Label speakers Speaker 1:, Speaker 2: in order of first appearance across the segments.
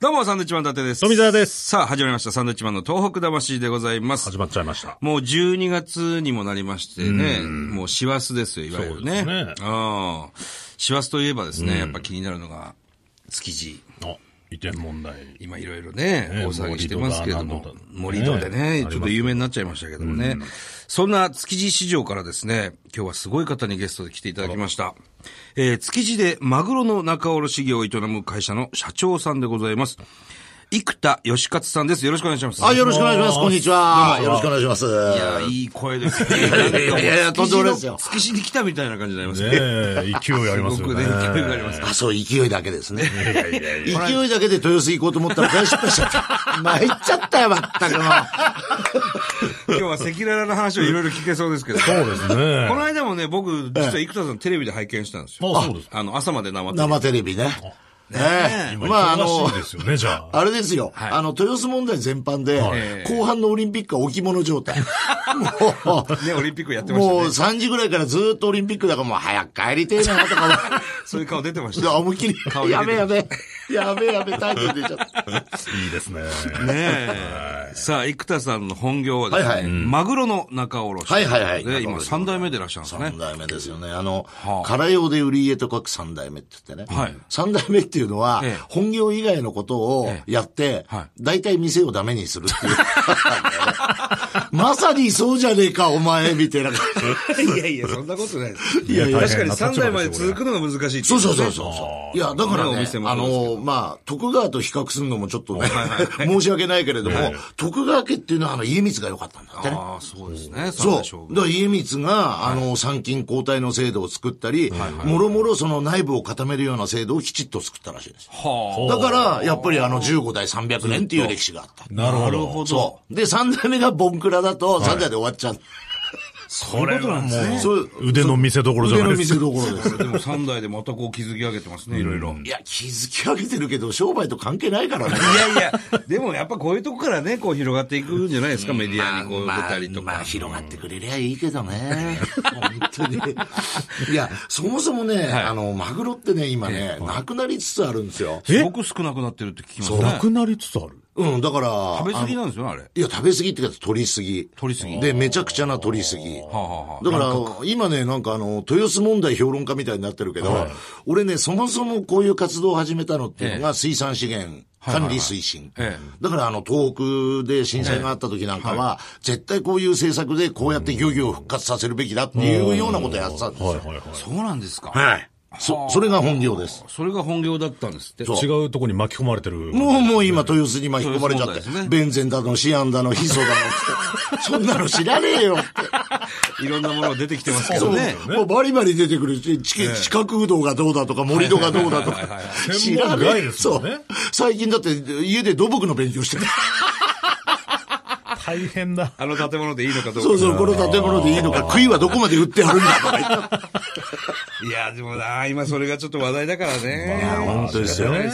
Speaker 1: どうも、サンドイッチマン伊達です。
Speaker 2: 富澤です
Speaker 1: さあ、始まりました。サンドイッチマンの東北魂でございます。
Speaker 2: 始まっちゃいました。
Speaker 1: もう12月にもなりましてね、もう師走ですよ、いわゆるね。
Speaker 2: そうですね
Speaker 1: ああ。師走といえばですね、やっぱ気になるのが、築地。
Speaker 2: あ、移転問題。
Speaker 1: 今いろいろね、
Speaker 2: ね
Speaker 1: 大騒ぎしてますけれども、
Speaker 2: 盛
Speaker 1: 盛り
Speaker 2: り土
Speaker 1: 土
Speaker 2: だ
Speaker 1: で
Speaker 2: ね
Speaker 1: ね、ちょっと有名になっちゃいましたけどもね。そんな築地市場からですね、今日はすごい方にゲストで来ていただきました。えー築地でマグロの仲卸業を営む会社の社長さんでございます。生田義勝さんです。よろしくお願いします。
Speaker 3: あ、よろしくお願いします。こんにちは。よろしくお願いします。
Speaker 1: いや、いい声ですね。
Speaker 3: いやいやいやとんでもないですよ
Speaker 1: 築地に来たみたいな感じにな ります
Speaker 2: ね
Speaker 1: ね。
Speaker 2: え、勢いありますよ
Speaker 1: 僕
Speaker 2: ね
Speaker 1: ね、。勢いがあり ます。
Speaker 3: あ、そう、勢いだけですね。
Speaker 2: や
Speaker 3: 勢いだけで豊洲行こうと思ったら大失敗しちゃった。 参っちゃったよ、まったくの。
Speaker 1: 今日は赤裸々な話をいろいろ聞けそうですけど。
Speaker 2: そうです
Speaker 1: こ
Speaker 2: ね。
Speaker 1: の間もね、僕、実は生田さんテレビで拝見したんですよ。
Speaker 2: あそうです
Speaker 1: あの、朝まで生テレビ
Speaker 3: 生テレビね。ねえ。
Speaker 2: 今、
Speaker 3: まあ、あ
Speaker 2: 忙
Speaker 3: の
Speaker 2: しい、ですよね、じゃあ。
Speaker 3: あれですよ。あの、豊洲問題全般で、後半のオリンピックは置物状 態。もう、
Speaker 1: ね、オリンピックやってました
Speaker 3: もう
Speaker 1: ね。
Speaker 3: 3時ぐらいからずっとオリンピックだからもう早く帰りてえな、とか思って。
Speaker 1: そういう顔出て まし
Speaker 3: で
Speaker 1: た。
Speaker 3: 思いっきり
Speaker 1: 顔、入れて
Speaker 3: やべ
Speaker 1: る
Speaker 3: やべ、やべやべ、タイトル出ちゃった。
Speaker 2: いいですね。
Speaker 1: ねえ。さあ、生田さんの本業はですね、
Speaker 3: はいはい
Speaker 1: うんマグロの仲卸。
Speaker 3: はいはいはい
Speaker 1: で、今
Speaker 3: 仲卸
Speaker 1: 3代目でいらっしゃるんですね
Speaker 3: 三。代目ですよね。あの、
Speaker 1: はあ
Speaker 3: 空用で売り家と書く三代目って言ってね。
Speaker 1: はい
Speaker 3: 三代目っていうのは、
Speaker 1: ええ
Speaker 3: 本業以外のことをやって、
Speaker 1: はい
Speaker 3: 大体店をダメにするっていう。まさにそうじゃねえか、お前、みたいな感じ。
Speaker 1: いやいや、そんなことない です。
Speaker 3: いやいや
Speaker 1: 確かに3代まで続くのが難しいってい
Speaker 3: そうそうそう
Speaker 1: う。
Speaker 3: そうそう。いや、だから
Speaker 1: お
Speaker 3: ね
Speaker 1: 店、も
Speaker 3: あ
Speaker 1: そうですけど
Speaker 3: の、まあ、徳川と比較するのもちょっとね、
Speaker 1: はいは
Speaker 3: 申し訳ないけれども、徳川家っていうのは、あの、家光が良かったんだってね。
Speaker 1: ああ、そうですね、三代将
Speaker 3: そう。だ
Speaker 1: 軍。
Speaker 3: から家光が、あの、参勤交代の制度を作ったり、もろもろその内部を固めるような制度をきちっと作ったらしいです。
Speaker 1: は
Speaker 3: だから、やっぱりあの、15代300年っていう歴史があった。
Speaker 2: なる
Speaker 1: あ。な
Speaker 2: ほ
Speaker 1: る
Speaker 2: ど。
Speaker 1: ほど
Speaker 3: そ。う。で、3代目がボンクラだと、3代で終わっちゃう。
Speaker 2: これはも、
Speaker 3: そう
Speaker 2: 腕の見せ所じゃ
Speaker 3: 腕
Speaker 2: ない
Speaker 3: の
Speaker 2: で
Speaker 3: 見
Speaker 2: す
Speaker 3: せ
Speaker 2: か。
Speaker 3: 所です。
Speaker 1: でも3代でまたこう築き上げてますね、いろいろ。
Speaker 3: いや、気づき上げてるけど、商売と関係ないからね。
Speaker 1: いやいや、でもやっぱこういうとこからね、こう広がっていくんじゃないですか、メディアにこう出たりと
Speaker 3: まあ、ま
Speaker 1: か
Speaker 3: あ。広がってくれりゃいいけどね。 本当に。いや、そもそもね、あの、マグロってね、今ね、なくなりつつあるんですよ。
Speaker 1: すごく少なくなってるって聞きます
Speaker 2: な
Speaker 1: ね。
Speaker 2: くなりつつある。
Speaker 3: うん、だから、
Speaker 1: 食べ過ぎなんですよね、あれ。
Speaker 3: いや、食べ過ぎってか、取り過ぎ。
Speaker 1: 取り過ぎ
Speaker 3: で、めちゃくちゃな取り過ぎ。
Speaker 1: はあはあはあ
Speaker 3: だから、今ね、なんかあの、豊洲問題評論家みたいになってるけど、俺ね、そもそもこういう活動を始めたのっていうのが、水産資源管理推進。
Speaker 1: ええ
Speaker 3: だから、あの、東北で震災があった時なんかは、絶対こういう政策で、こうやって漁業を復活させるべきだっていうようなことをやってたんです
Speaker 2: はい
Speaker 3: よ。
Speaker 2: はいはい。
Speaker 1: そうなんですか。
Speaker 3: はい。そ、それが本業です。
Speaker 1: それが本業だったんですって。
Speaker 3: そう
Speaker 2: 違うとこに巻き込まれてる。
Speaker 3: もう、もう今、豊洲に巻き込まれちゃっ
Speaker 1: 豊
Speaker 3: て
Speaker 1: 洲問題ですね、
Speaker 3: ベンゼンだの、シアンだの、ヒ素だのって、そんなの知らねえよって。
Speaker 1: いろんなものが出てきてますけ
Speaker 3: そ
Speaker 1: ど
Speaker 3: う
Speaker 1: ね。
Speaker 3: もうバリバリ出てくるし、地形地角うどんがどうだとか、森戸がどうだとか
Speaker 1: はいはいはいは。
Speaker 2: 専門外ですもんね
Speaker 3: そう。最近だって、家で土木の勉強してる。
Speaker 2: 大変だ。
Speaker 1: あの建物でいいのかどうか。
Speaker 3: そうそう、この建物でいいのか、杭はどこまで打ってあるんだとか 言って。
Speaker 1: いや、でもな、今それがちょっと話題だから
Speaker 3: い
Speaker 1: ね。
Speaker 3: や本当ですよね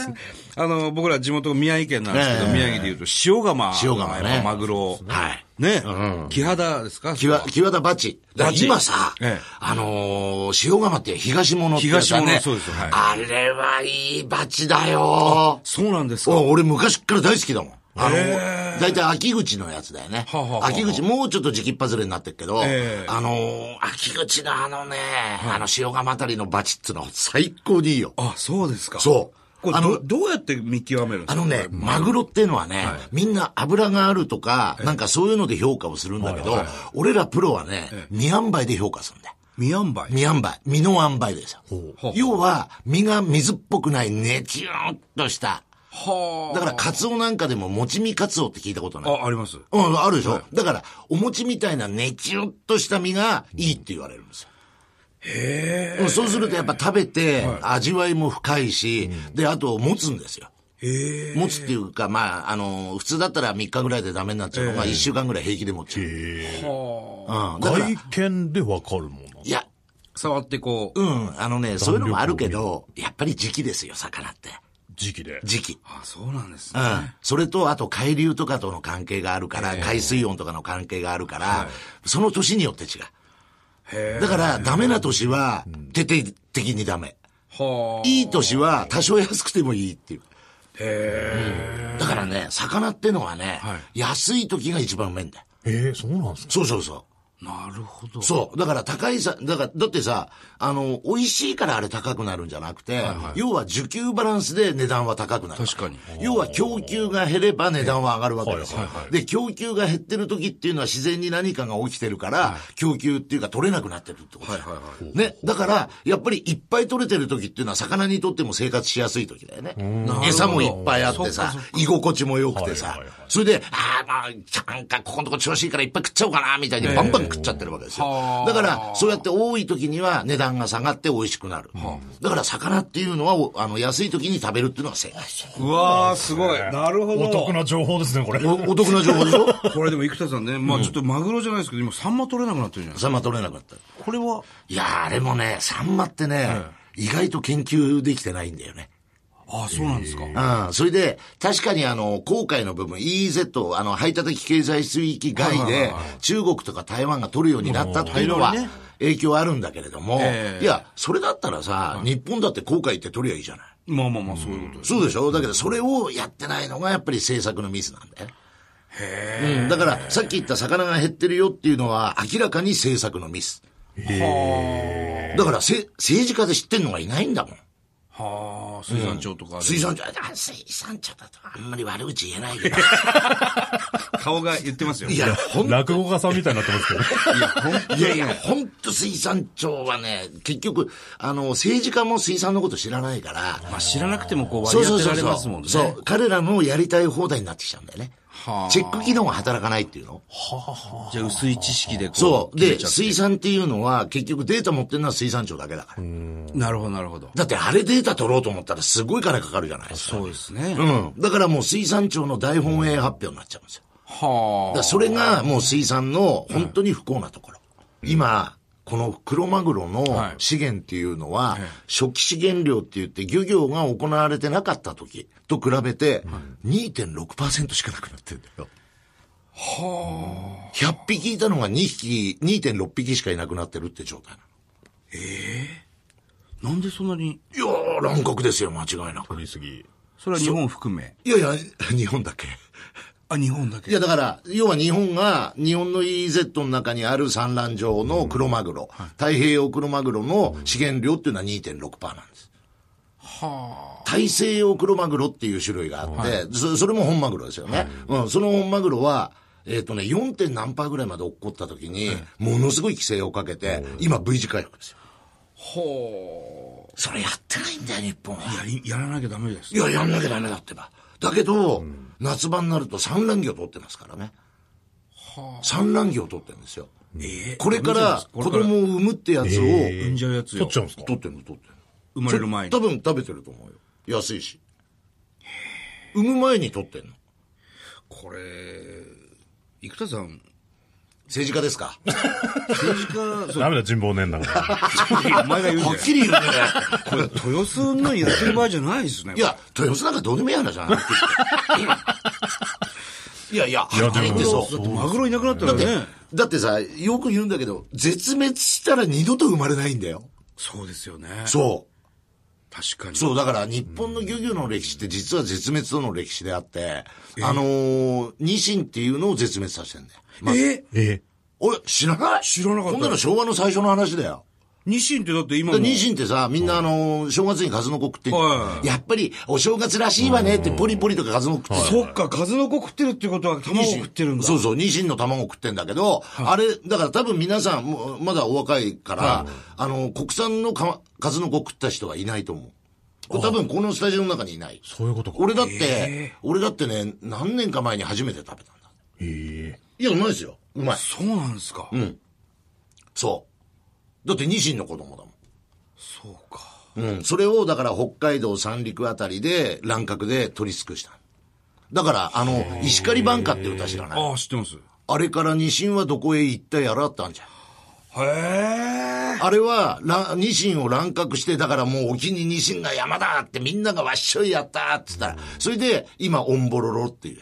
Speaker 1: あの、僕ら地元宮城県なんですけど、
Speaker 3: ええ
Speaker 1: 宮城で言うと塩釜。
Speaker 3: 塩釜ね
Speaker 1: やっぱマグロ。
Speaker 3: はい。
Speaker 1: ね。木肌ですか
Speaker 3: きわ、きわだバチ。だから今さ
Speaker 1: ええ、
Speaker 3: あのー、塩釜って東物ってやつだ
Speaker 1: 東
Speaker 3: ね
Speaker 1: 物そうですよはい
Speaker 3: あれはいいバチだよ
Speaker 1: そうなんですか。
Speaker 3: お俺昔っから大好きだもん。あの、大体秋口のやつだよね。
Speaker 1: はあはあはあ
Speaker 3: 秋口、もうちょっと時期っ外れになってるけど、
Speaker 1: ええ
Speaker 3: あの、秋口のあのね、あの塩釜あたりのバチっつうの最高にいいよ。
Speaker 1: あ、そうですか。
Speaker 3: そう
Speaker 1: これ
Speaker 3: あの
Speaker 1: ど、どうやって見極めるんですか
Speaker 3: あのね、マグロっていうのはね、みんな油があるとか、なんかそういうので評価をするんだけど、俺らプロはね、身塩梅で評価するんだよ。
Speaker 1: ミヤンバイ。
Speaker 3: 身塩梅、身の塩梅ですよ
Speaker 1: ほう。
Speaker 3: 要は、身が水っぽくない、ねちゅーっとした。
Speaker 1: は
Speaker 3: だから、カツオなんかでも、もちみカツオって聞いたことない。
Speaker 1: あ、あります。
Speaker 3: うん、あるでしょ、だから、お餅みたいなねちゅっとした身がいいって言われるんですよ。へえ。そうするとやっぱ食べて、味わいも深いし、で、あと、持つんですよ。
Speaker 1: へえ。
Speaker 3: 持つっていうか、まあ、あの、普通だったら3日ぐらいでダメになっちゃうのが1週間ぐらい平気で持っちゃう。うん。だから、
Speaker 2: 外
Speaker 3: い
Speaker 2: 見でわかるもんな。
Speaker 3: や、
Speaker 1: 触ってこう。
Speaker 3: うん、あのね、そういうのもあるけど、やっぱり時期ですよ、魚って。
Speaker 2: 時期で。
Speaker 3: 時期。
Speaker 1: あ、そうなんです
Speaker 3: う
Speaker 1: ね。
Speaker 3: ん。それと、あと海流とかとの関係があるから、海水温とかの関係があるから、その年によって違う。だから、ダメな年は、徹底的にダメ。
Speaker 1: はい
Speaker 3: い年は、多少安くてもいいっていう。だからね、魚ってのはね、安い時が一番うめえんだよ。
Speaker 2: ええそうなんですか
Speaker 3: そうそうそ
Speaker 1: なるほど
Speaker 3: う。。そう。だから高いさ、だから、だってさ、あの、美味しいからあれ高くなるんじゃなくて、要は需給バランスで値段は高くなる。
Speaker 1: 確かに。
Speaker 3: 要は供給が減れば値段は上がるわけですよ
Speaker 2: はいはいは。い
Speaker 3: で、供給が減ってる時っていうのは自然に何かが起きてるから、供給っていうか取れなくなってるってことだよ
Speaker 1: はいはいは
Speaker 3: ね。だから、やっぱりいっぱい取れてる時っていうのは魚にとっても生活しやすい時だよね。餌もいっぱいあってさ、居心地も良くて
Speaker 2: はい
Speaker 3: さ
Speaker 2: はいはい。
Speaker 3: それで、ああ、まあ、なんかここのとこ調子いいからいっぱい食っちゃおうかな、みたいにバンバン食っちゃってるわけですよ。だから、そうやって多い時には値段が下がって美味しくなる。だから、魚っていうのは、おあの、安い時に食べるっていうのが正解。
Speaker 1: うわー、すごい。なるほど。
Speaker 2: お得な情報ですね、これ。
Speaker 3: おお得な情報で しょ
Speaker 1: これでも生田さんね、まあちょっとマグロじゃないですけど、今サンマ取れなくなってるじゃないです
Speaker 3: サンマ取れなかった。
Speaker 1: か。これはい
Speaker 3: やー、あれもね、サンマってね、意外と研究できてないんだよね。
Speaker 1: ああ、そうなんですか。
Speaker 3: うん。それで、確かにあの、航海の部分、EEZ、あの、排他的経済水域外で、中国とか台湾が取るようになったっていうのは
Speaker 1: 大量にね、
Speaker 3: 影響はあるんだけれども、
Speaker 1: ええ
Speaker 3: いや、それだったらさ、日本だって航海って取りゃいいじゃない。
Speaker 1: まあまあまあ、そういうことです。
Speaker 3: そうでしょだけど、それをやってないのが、やっぱり政策のミスなんだよ。へうん、だから、さっき言った魚が減ってるよっていうのは、明らかに政策のミス。へだからせ、政治家で知ってんのがいないんだもん。
Speaker 1: はあ、水産庁とかで。
Speaker 3: 水産庁、あ水産庁だとあんまり悪口言えないけど。
Speaker 1: 顔が言ってますよ。
Speaker 3: い
Speaker 1: いや、
Speaker 3: や、ほん、い
Speaker 2: 落語家さんみたいになってますけど。
Speaker 1: ほんと
Speaker 3: やいや、ほんと水産庁はね、結局、あの、政治家も水産のこと知らないから、
Speaker 1: まあ知らなくてもこう割
Speaker 3: そう
Speaker 1: り
Speaker 3: そ
Speaker 1: 当てら
Speaker 3: うそう
Speaker 1: れ
Speaker 3: そ
Speaker 1: ますもん
Speaker 3: う。
Speaker 1: ね。
Speaker 3: そう。彼らのやりたい放題になってきちゃうんだよね。
Speaker 1: はあ
Speaker 3: チェック機能が働かないっていうの
Speaker 1: じゃあ薄い知識でこう。
Speaker 3: そう。
Speaker 1: 切れ
Speaker 3: で、
Speaker 1: ちゃっ
Speaker 3: 水産っていうのは、結局データ持ってるのは水産庁だけだか
Speaker 1: て
Speaker 3: ら。
Speaker 1: なるほど、なるほど。
Speaker 3: だってあれデータ取ろうと思ったらすごい金かかるじゃないですか。
Speaker 1: そうですね。
Speaker 3: うん。だからもう水産庁の大本営発表になっちゃうんですよ。だ
Speaker 1: は
Speaker 3: からそれがもう水産の本当に不幸なところ。今、このクロマグロの
Speaker 1: はい
Speaker 3: 資源っていうのは、初期資源量って言って漁業が行われてなかった時と比べて、2.6%しかなくなってるんだよ。は100匹いたのが2匹、2.6匹しかいなくなってるって状態な
Speaker 1: あ。なんでそんなに、
Speaker 3: の。いやー、乱獲ですよ、間違いな く。
Speaker 2: 取りすぎ。
Speaker 1: それは日本含め。
Speaker 3: いやいや、日本だけ。
Speaker 1: あ、日本だけ。
Speaker 3: いや、だから、要は日本が、日本の EEZ の中にある産卵場のクロマグロ、太平洋クロマグロの資源量っていうのは2.6%なんです。は大西洋クロマグロっていう種類があって、そそれも本マグロですよね。うん、その本マグロは、えっ、とね、4. 点何パーぐらいまで落っこった時に、ものすごい規制をかけて、今 V 字回復ですよ。ほう。それやってないんだよ、日本は。
Speaker 1: いややらなきゃダメです
Speaker 3: い。や、やんなきゃダメだってば。だけど、夏場になると産卵魚取ってますからね。産卵魚を取ってるんですよ。
Speaker 1: ええ
Speaker 3: これから
Speaker 1: こ
Speaker 3: 子
Speaker 1: れから
Speaker 3: 供を産むってやつを、
Speaker 1: 産んじゃうやつ
Speaker 2: 取
Speaker 1: よ
Speaker 2: っ。ちゃうんですか
Speaker 3: 取ってるの取ってる
Speaker 1: 生まれる前
Speaker 3: 多
Speaker 1: に。
Speaker 3: 分食べてると思うよ。安いし。産む前に取ってんの。
Speaker 1: これ、生田さん、
Speaker 3: 政治家ですか
Speaker 1: 政治 家、そう
Speaker 2: ダメだ、人望ねえんだから。
Speaker 1: お前が言うんだ
Speaker 3: は
Speaker 1: よ
Speaker 3: っ。きり 言うね。
Speaker 1: これ、豊洲のやってる場合じゃないですね。
Speaker 3: い、や、豊洲なんかどうでもいい話じ ゃないいやいや、はっきり言って
Speaker 1: そ
Speaker 3: そう
Speaker 1: う。だってマグロいなくなったらね。
Speaker 3: だってさ、よく言うんだけど、絶滅したら二度と生まれないんだよ。
Speaker 1: そうですよね。
Speaker 3: そう。
Speaker 1: 確かに。
Speaker 3: そう、だから日本の漁業の歴史って実は絶滅との歴史であって、あのー、ニシンっていうのを絶滅させてんだよ。まあ、
Speaker 1: え
Speaker 2: え
Speaker 3: おい、知らない
Speaker 1: 知らなかった
Speaker 3: こんなの昭和の最初の話だよ。
Speaker 1: ニシンってだって今
Speaker 3: で
Speaker 1: も。
Speaker 3: ニシンってさ、みんなあのー、正月に数の子食ってんじゃん
Speaker 1: はい
Speaker 3: やっぱり、お正月らしいわねってポリポリとか数の子食ってんじゃん
Speaker 1: そっか、数の子食ってるってことは卵
Speaker 3: ニシン
Speaker 1: 食ってるんだ。
Speaker 3: そうそう、ニシンの卵食ってんだけど、あれ、だから多分皆さん、もうまだお若いから、あの、国産のか数の子食った人はいないと思う。これ多分このスタジオの中にいない。
Speaker 2: そういうことか。
Speaker 3: 俺だって、俺だってね、何年か前に初めて食べたんだ。
Speaker 2: ええ
Speaker 3: いや、うまいですよ。うまい。
Speaker 1: そうなんですか。
Speaker 3: そう。だってニシンの子供だもん。
Speaker 1: そうか。
Speaker 3: うん。それを、だから北海道三陸あたりで乱獲で取り尽くした。だから、あの、石狩晩歌って歌知らない。
Speaker 1: ああ、知ってます。へ
Speaker 3: あれからニシンはどこへ行ったやらってあんじゃん。
Speaker 1: え。
Speaker 3: あれは、らニシンを乱獲して、だからもう沖にニシンが山だってみんながわっしょいやったーって言ったら、それで今、オンボロロっていう。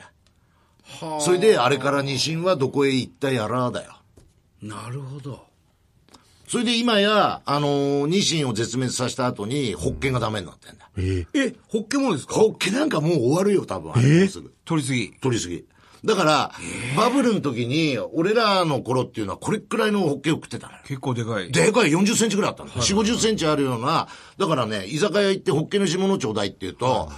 Speaker 3: それで、あれからニシンはどこへ行ったやらだよ。
Speaker 1: なるほど。
Speaker 3: それで今や、あのーニシンを絶滅させた後に、ホッケがダメになってんだ。
Speaker 2: え
Speaker 1: え、ホッケもですか
Speaker 3: ホッケなんかもう終わるよ、多分。あれもうすぐ。
Speaker 1: 取りすぎ。
Speaker 3: 取りすぎ。だから、バブルの時に、俺らの頃っていうのはこれくらいのホッケを食ってたのよ。
Speaker 1: 結構でかい。
Speaker 3: でかい40センチぐらいあったの。4、50センチあるような、だからね、居酒屋行ってホッケの下のちょうだいって言うと、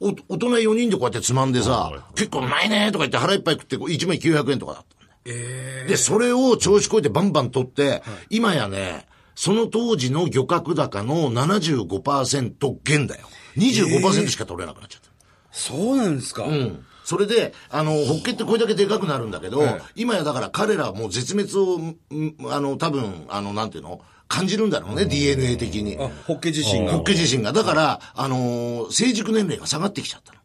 Speaker 3: お大人4人でこうやってつまんでさ、結構うまいねとか言って腹いっぱい食ってこう1枚900円とかだったのね。で、それを調子こいてバンバン取って、今やね、その当時の漁獲高の75%減だよ。25%しか取れなくなっちゃった。
Speaker 1: そうなんですか
Speaker 3: うんそれで、あの、ホッケってこれだけでかくなるんだけど、今やだから彼らはもう絶滅を、んあの、多分、あの、なんていうの感じるんだろうね、DNA 的に。
Speaker 1: あホ
Speaker 3: ホ、
Speaker 1: ッケ自身が。
Speaker 3: ッケ自身が。だから、あのー、成熟年齢が下がってきちゃったの。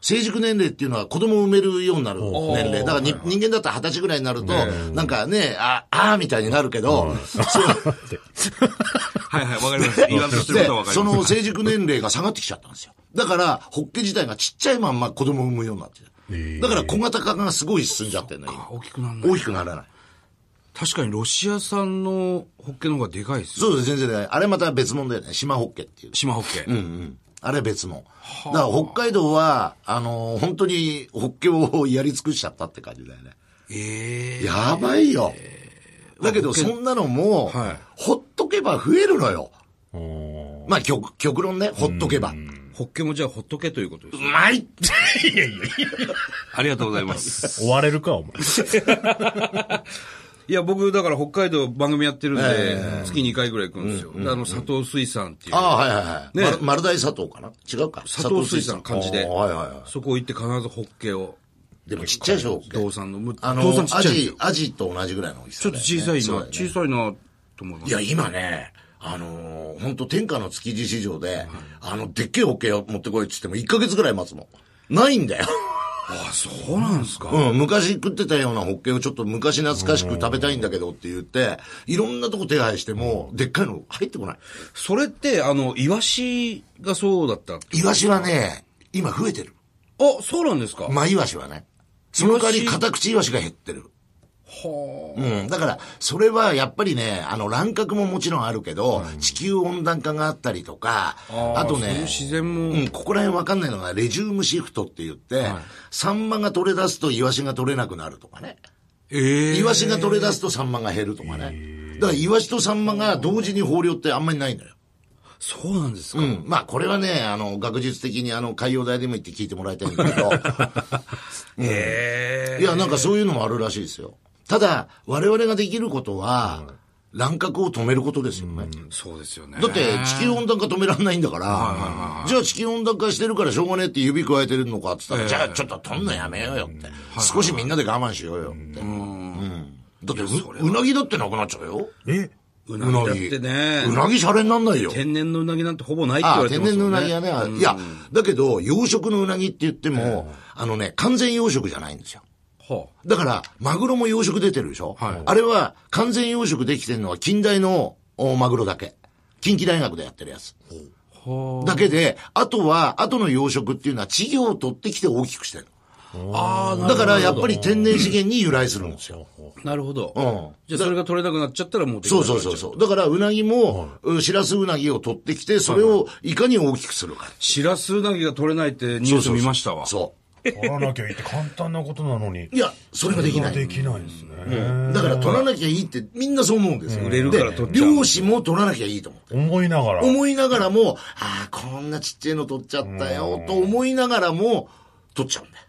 Speaker 3: 成熟年齢っていうのは子供を産めるようになる年齢。だからに人間だったら二十歳ぐらいになると、なんかね、あ、あーみたいになるけど、そう
Speaker 1: はいはい、わかります。言わんとしてることはわか
Speaker 3: で
Speaker 1: り
Speaker 3: そ
Speaker 1: ます。
Speaker 3: の成熟年齢が下がってきちゃったんですよ。だから、ホッケ自体がちっちゃいまんま子供を産むようになってる。だから小型化がすごい進んじゃってるの、今。
Speaker 1: 大きくなんない。
Speaker 3: 大きくならない。
Speaker 1: 確かにロシア産のホッケの方がでかいですよ。
Speaker 3: そうです、全然ね。あれまた別物だよね。島ホッケっていう。
Speaker 1: 島ホッケ。
Speaker 3: うんうん。あれ別物。だから北海道は、あのー本当にホッケをやり尽くしちゃったって感じだよね。
Speaker 1: ええ
Speaker 3: やばいよ。だけど、そんなのも、
Speaker 1: はい
Speaker 3: ほっとけば増えるのよ。
Speaker 2: えお
Speaker 3: まあ、極極論ね、ほっとけば。
Speaker 1: ホッケもじゃあほっとけということです
Speaker 3: う。まいって
Speaker 2: ーいやいやいや。
Speaker 1: ありがとうございます。
Speaker 2: 追われるか、お前。
Speaker 1: いや、僕、だから北海道番組やってるんで、月2回ぐらい行くんですよ。であの、佐藤水産っていう。
Speaker 3: ああ、はいはいはい。
Speaker 1: ね
Speaker 3: まる丸大佐藤かな違うか。
Speaker 1: 佐藤水産漢字で
Speaker 3: ああはいはいは
Speaker 1: そこ行って必ずホッケを、
Speaker 3: い。でもちっちゃいでしょ、
Speaker 1: 道産の、む
Speaker 3: あ
Speaker 1: 道産、
Speaker 3: の
Speaker 1: ちっ
Speaker 3: ア
Speaker 1: ちゃいんです
Speaker 3: ジ
Speaker 1: よ、。
Speaker 3: アジと同じぐらいの大
Speaker 1: ち
Speaker 3: き
Speaker 1: ょ
Speaker 3: さ
Speaker 1: っと
Speaker 3: だよね、
Speaker 1: 小さい
Speaker 3: そう
Speaker 1: な、
Speaker 3: だよね
Speaker 1: 小さいな、と思います。
Speaker 3: いや、今ね、あのー、本当天下の築地市場で、あの、でっけえホッケを持ってこいって言っても1ヶ月ぐらい待つもん。ないんだよ。
Speaker 1: あ、そうなんですか、
Speaker 3: うん、昔食ってたようなホッケをちょっと昔懐かしく食べたいんだけどって言って、いろんなとこ手配しても、でっかいの入ってこない。
Speaker 1: それって、あの、イワシがそうだったって。
Speaker 3: イワシはね、今増えてる。
Speaker 1: あ、そうなんですか、
Speaker 3: マイワシはね。その代わり、カタクチイワシが減ってる。うん。だから、それはやっぱりね、あの、乱獲ももちろんあるけど、地球温暖化があったりとか、あと
Speaker 1: そういう
Speaker 3: ね、
Speaker 1: 自然も、
Speaker 3: うん、ここら辺わかんないのが、レジウムシフトって言って、サンマが取れ出すとイワシが取れなくなるとかね。
Speaker 1: ええ
Speaker 3: イワシが取れ出すとサンマが減るとかね。だから、イワシとサンマが同時に放漁ってあんまりないのよ。
Speaker 1: そうなんですか、
Speaker 3: うん。まあ、これはね、あの、学術的に、あの、海洋大でも行って聞いてもらいたいんだけど、
Speaker 1: ええ
Speaker 3: いや、なんかそういうのもあるらしいですよ。ただ、我々ができることは、乱獲を止めることですよね。
Speaker 1: そうですよね。
Speaker 3: だって、地球温暖化止められないんだから、じゃあ地球温暖化してるからしょうがねえって指加えてるのかって言ったら、じゃあちょっと取んのやめようよって。少しみんなで我慢しようよって。うんだってう、うなぎだってなくなっちゃうよ。
Speaker 2: え
Speaker 1: うなぎだってね、
Speaker 3: うなぎシャレになんないよ。
Speaker 1: 天然のうなぎなんてほぼないって言
Speaker 3: あ
Speaker 1: わ
Speaker 3: あ、
Speaker 1: れて
Speaker 3: 天
Speaker 1: ますよ
Speaker 3: 然
Speaker 1: ね。
Speaker 3: のうなぎはね、あいや、だけど、養殖のうなぎって言っても、あのね、完全養殖じゃないんですよ。
Speaker 1: はあ
Speaker 3: だから、マグロも養殖出てるでしょ、
Speaker 1: はい
Speaker 3: あれは完全養殖できてるのは近代のおマグロだけ。近畿大学でやってるやつ。だけで、あとは、あとの養殖っていうのは稚魚を取ってきて大きくしてるの。だから、やっぱり天然資源に由来するんですよ。
Speaker 1: なるほど。
Speaker 3: ん
Speaker 1: じゃあそれが取れなくなっちゃったらもうできなく
Speaker 3: そ
Speaker 1: な
Speaker 3: う
Speaker 1: っちゃ
Speaker 3: そうそうそう。だから、うなぎも、うんシラスウナギを取ってきて、それをいかに大きくするか。
Speaker 1: シラスウナギが取れないってニュース見ましたわ。
Speaker 3: そ
Speaker 2: 取らなきゃいいって簡単なことなのに
Speaker 3: う。。いや、それができない。
Speaker 2: できないですね。
Speaker 3: だから取らなきゃいいってみんなそう思うんですよ。
Speaker 1: 売れるから取っちゃう
Speaker 3: で漁師も取らなきゃいいと思う。
Speaker 2: 思いながら。
Speaker 3: 思いながらも、ああ、こんなちっちゃいの取っちゃったよ、と思いながらも、取っちゃうんだよ。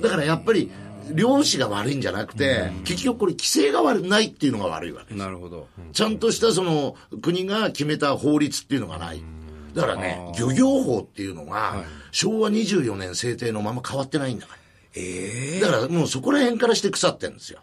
Speaker 3: だからやっぱり、漁師が悪いんじゃなくて、結局これ規制が悪いないっていうのが悪いわけ。
Speaker 1: なるほど。
Speaker 3: ちゃんとしたその国が決めた法律っていうのがない。だからね、漁業法っていうのが、昭和24年制定のまま変わってないんだから。
Speaker 1: ええ
Speaker 3: だからもうそこら辺からして腐ってるんですよ。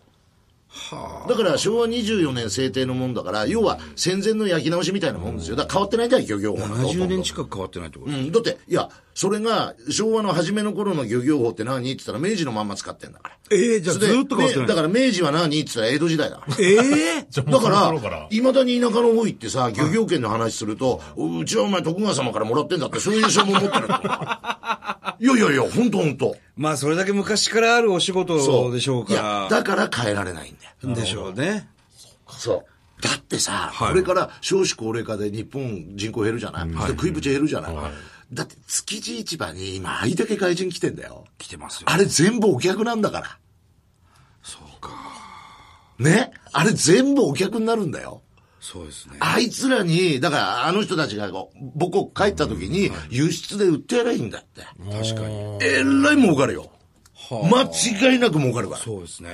Speaker 3: だから昭和24年制定のもんだから、要は戦前の焼き直しみたいなもんですよ。だから変わってないんだよ、漁業法なんかほと
Speaker 1: 70
Speaker 3: んど
Speaker 1: 年近く変わってないってこと、
Speaker 3: うん、だって、いや、それが昭和の初めの頃の漁業法って何って言ったら明治のまんま使ってんだから。
Speaker 1: ええじゃあず
Speaker 3: それで
Speaker 1: っと変わってない。
Speaker 3: ねだから明治は何って言ったら江戸時代だ から。
Speaker 1: ええ
Speaker 2: じゃあも
Speaker 3: だ
Speaker 2: うそ
Speaker 3: か、
Speaker 2: の頃から
Speaker 3: いまだに田舎の方行ってさ、漁業権の話すると、うちはお前徳川様からもらってんだって、そういう証文持ってる って。いやいやいや、ほんとほんと。
Speaker 1: まあそれだけ昔からあるお仕事でしょう
Speaker 3: いや
Speaker 1: か、
Speaker 3: だから変えられないんだ
Speaker 1: ら。
Speaker 3: よ。
Speaker 1: でしょうね。
Speaker 3: そう。だってさ、
Speaker 1: はい
Speaker 3: これから少子高齢化で日本人口減るじゃない、で食いぶち減るじゃない、だって築地市場に今、あいだけ外人来てんだよ。
Speaker 1: 来てますよ。
Speaker 3: あれ全部お客なんだから。
Speaker 1: そうか。
Speaker 3: ねあれ全部お客になるんだよ。
Speaker 1: そうですね。
Speaker 3: あいつらに、だからあの人たちがこう母国帰った時に輸出で売ってやればいいんだって。
Speaker 1: 確かに。
Speaker 3: えらい儲かるよ。
Speaker 1: は
Speaker 3: 間違いなく儲かるから。
Speaker 1: そうですね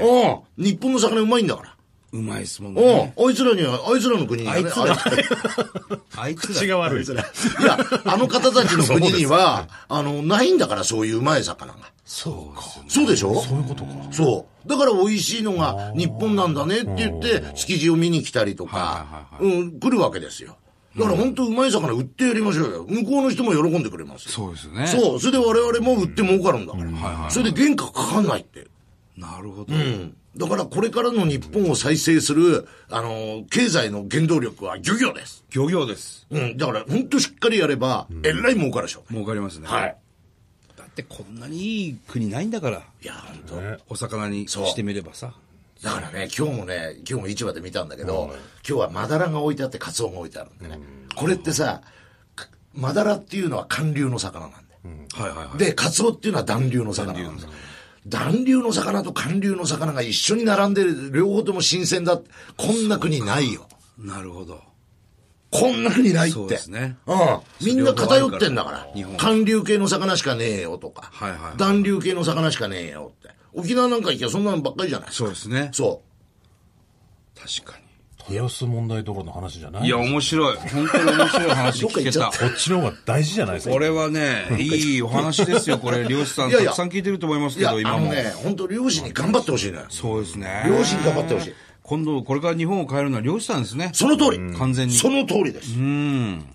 Speaker 3: うん。日本の魚うまいんだから。
Speaker 1: うまいっすもん
Speaker 3: うん
Speaker 1: ね。。
Speaker 3: あいつらには、あいつらの国にはね。
Speaker 1: あいつら
Speaker 3: あい
Speaker 1: あいつ
Speaker 2: 口
Speaker 1: ら。
Speaker 2: が悪い。
Speaker 3: つらいや、あの方たちの国には、あの、ないんだから、そういううまい魚が。
Speaker 1: そうですよね。
Speaker 3: そうでしょそういうことか。そう。だから美味しいのが日本なんだねって言って、築地を見に来たりとか、うん、来るわけですよ。だから本当うまい魚売ってやりましょうよ。向こうの人も喜んでくれますよ。
Speaker 1: そうですよね。
Speaker 3: そう。それで我々も売って儲かるんだから。それで原価かかんないって。
Speaker 1: なるほど。
Speaker 3: うん。だからこれからの日本を再生する、あの、経済の原動力は漁業です。
Speaker 1: 漁業です。
Speaker 3: うん。だから本当しっかりやれば、えらい儲かるでしょ。
Speaker 1: 儲かりますね。
Speaker 3: はい。。
Speaker 1: だってこんなにいい国ないんだから。
Speaker 3: いや、本当。
Speaker 1: お魚に
Speaker 3: そう
Speaker 1: してみればさ。
Speaker 3: だからね、今日もね、今日も市場で見たんだけど、今日はマダラが置いてあってカツオが置いてあるんでね。これってさ、かマダラっていうのは寒流の魚なんで。
Speaker 1: はいはいはい。
Speaker 3: で、カツオっていうのは暖流の魚なんです。暖流の魚と寒流の魚が一緒に並んでる、両方とも新鮮だって。こんな国ないよ。
Speaker 1: なるほど。
Speaker 3: こんな国ないって。
Speaker 1: そうですね
Speaker 3: うん。みんな偏ってんだから
Speaker 1: 日本。
Speaker 3: 寒流系の魚しかねえよとか。
Speaker 1: はいはいはい
Speaker 3: 暖流系の魚しかねえよって。沖縄なんか行きゃそんなのばっかりじゃない
Speaker 1: そうですね。
Speaker 3: そう。
Speaker 1: 確か
Speaker 2: 豊洲問題どころの話じゃない
Speaker 1: に。いや、面白い。本当に面白い話
Speaker 3: どっか
Speaker 1: 聞
Speaker 3: 行
Speaker 1: け
Speaker 3: っち
Speaker 1: た
Speaker 3: ゃっ。
Speaker 2: こっちの方が大事じゃないですか。
Speaker 1: これはね、いいお話ですよ、これ。漁師さん、
Speaker 3: いやい
Speaker 1: た
Speaker 3: や
Speaker 1: くさん聞いてると思います
Speaker 3: い
Speaker 1: け
Speaker 3: や、あ
Speaker 1: ど、今
Speaker 3: の
Speaker 1: も。
Speaker 3: ね、本当漁師に頑張ってほしいのよ。
Speaker 1: そうですね。
Speaker 3: 漁師に頑張ってほしい。
Speaker 1: 今度、これから日本を変えるのは漁師さんですね。
Speaker 3: その通り。
Speaker 1: 完全に。
Speaker 3: その通りです。
Speaker 1: うん。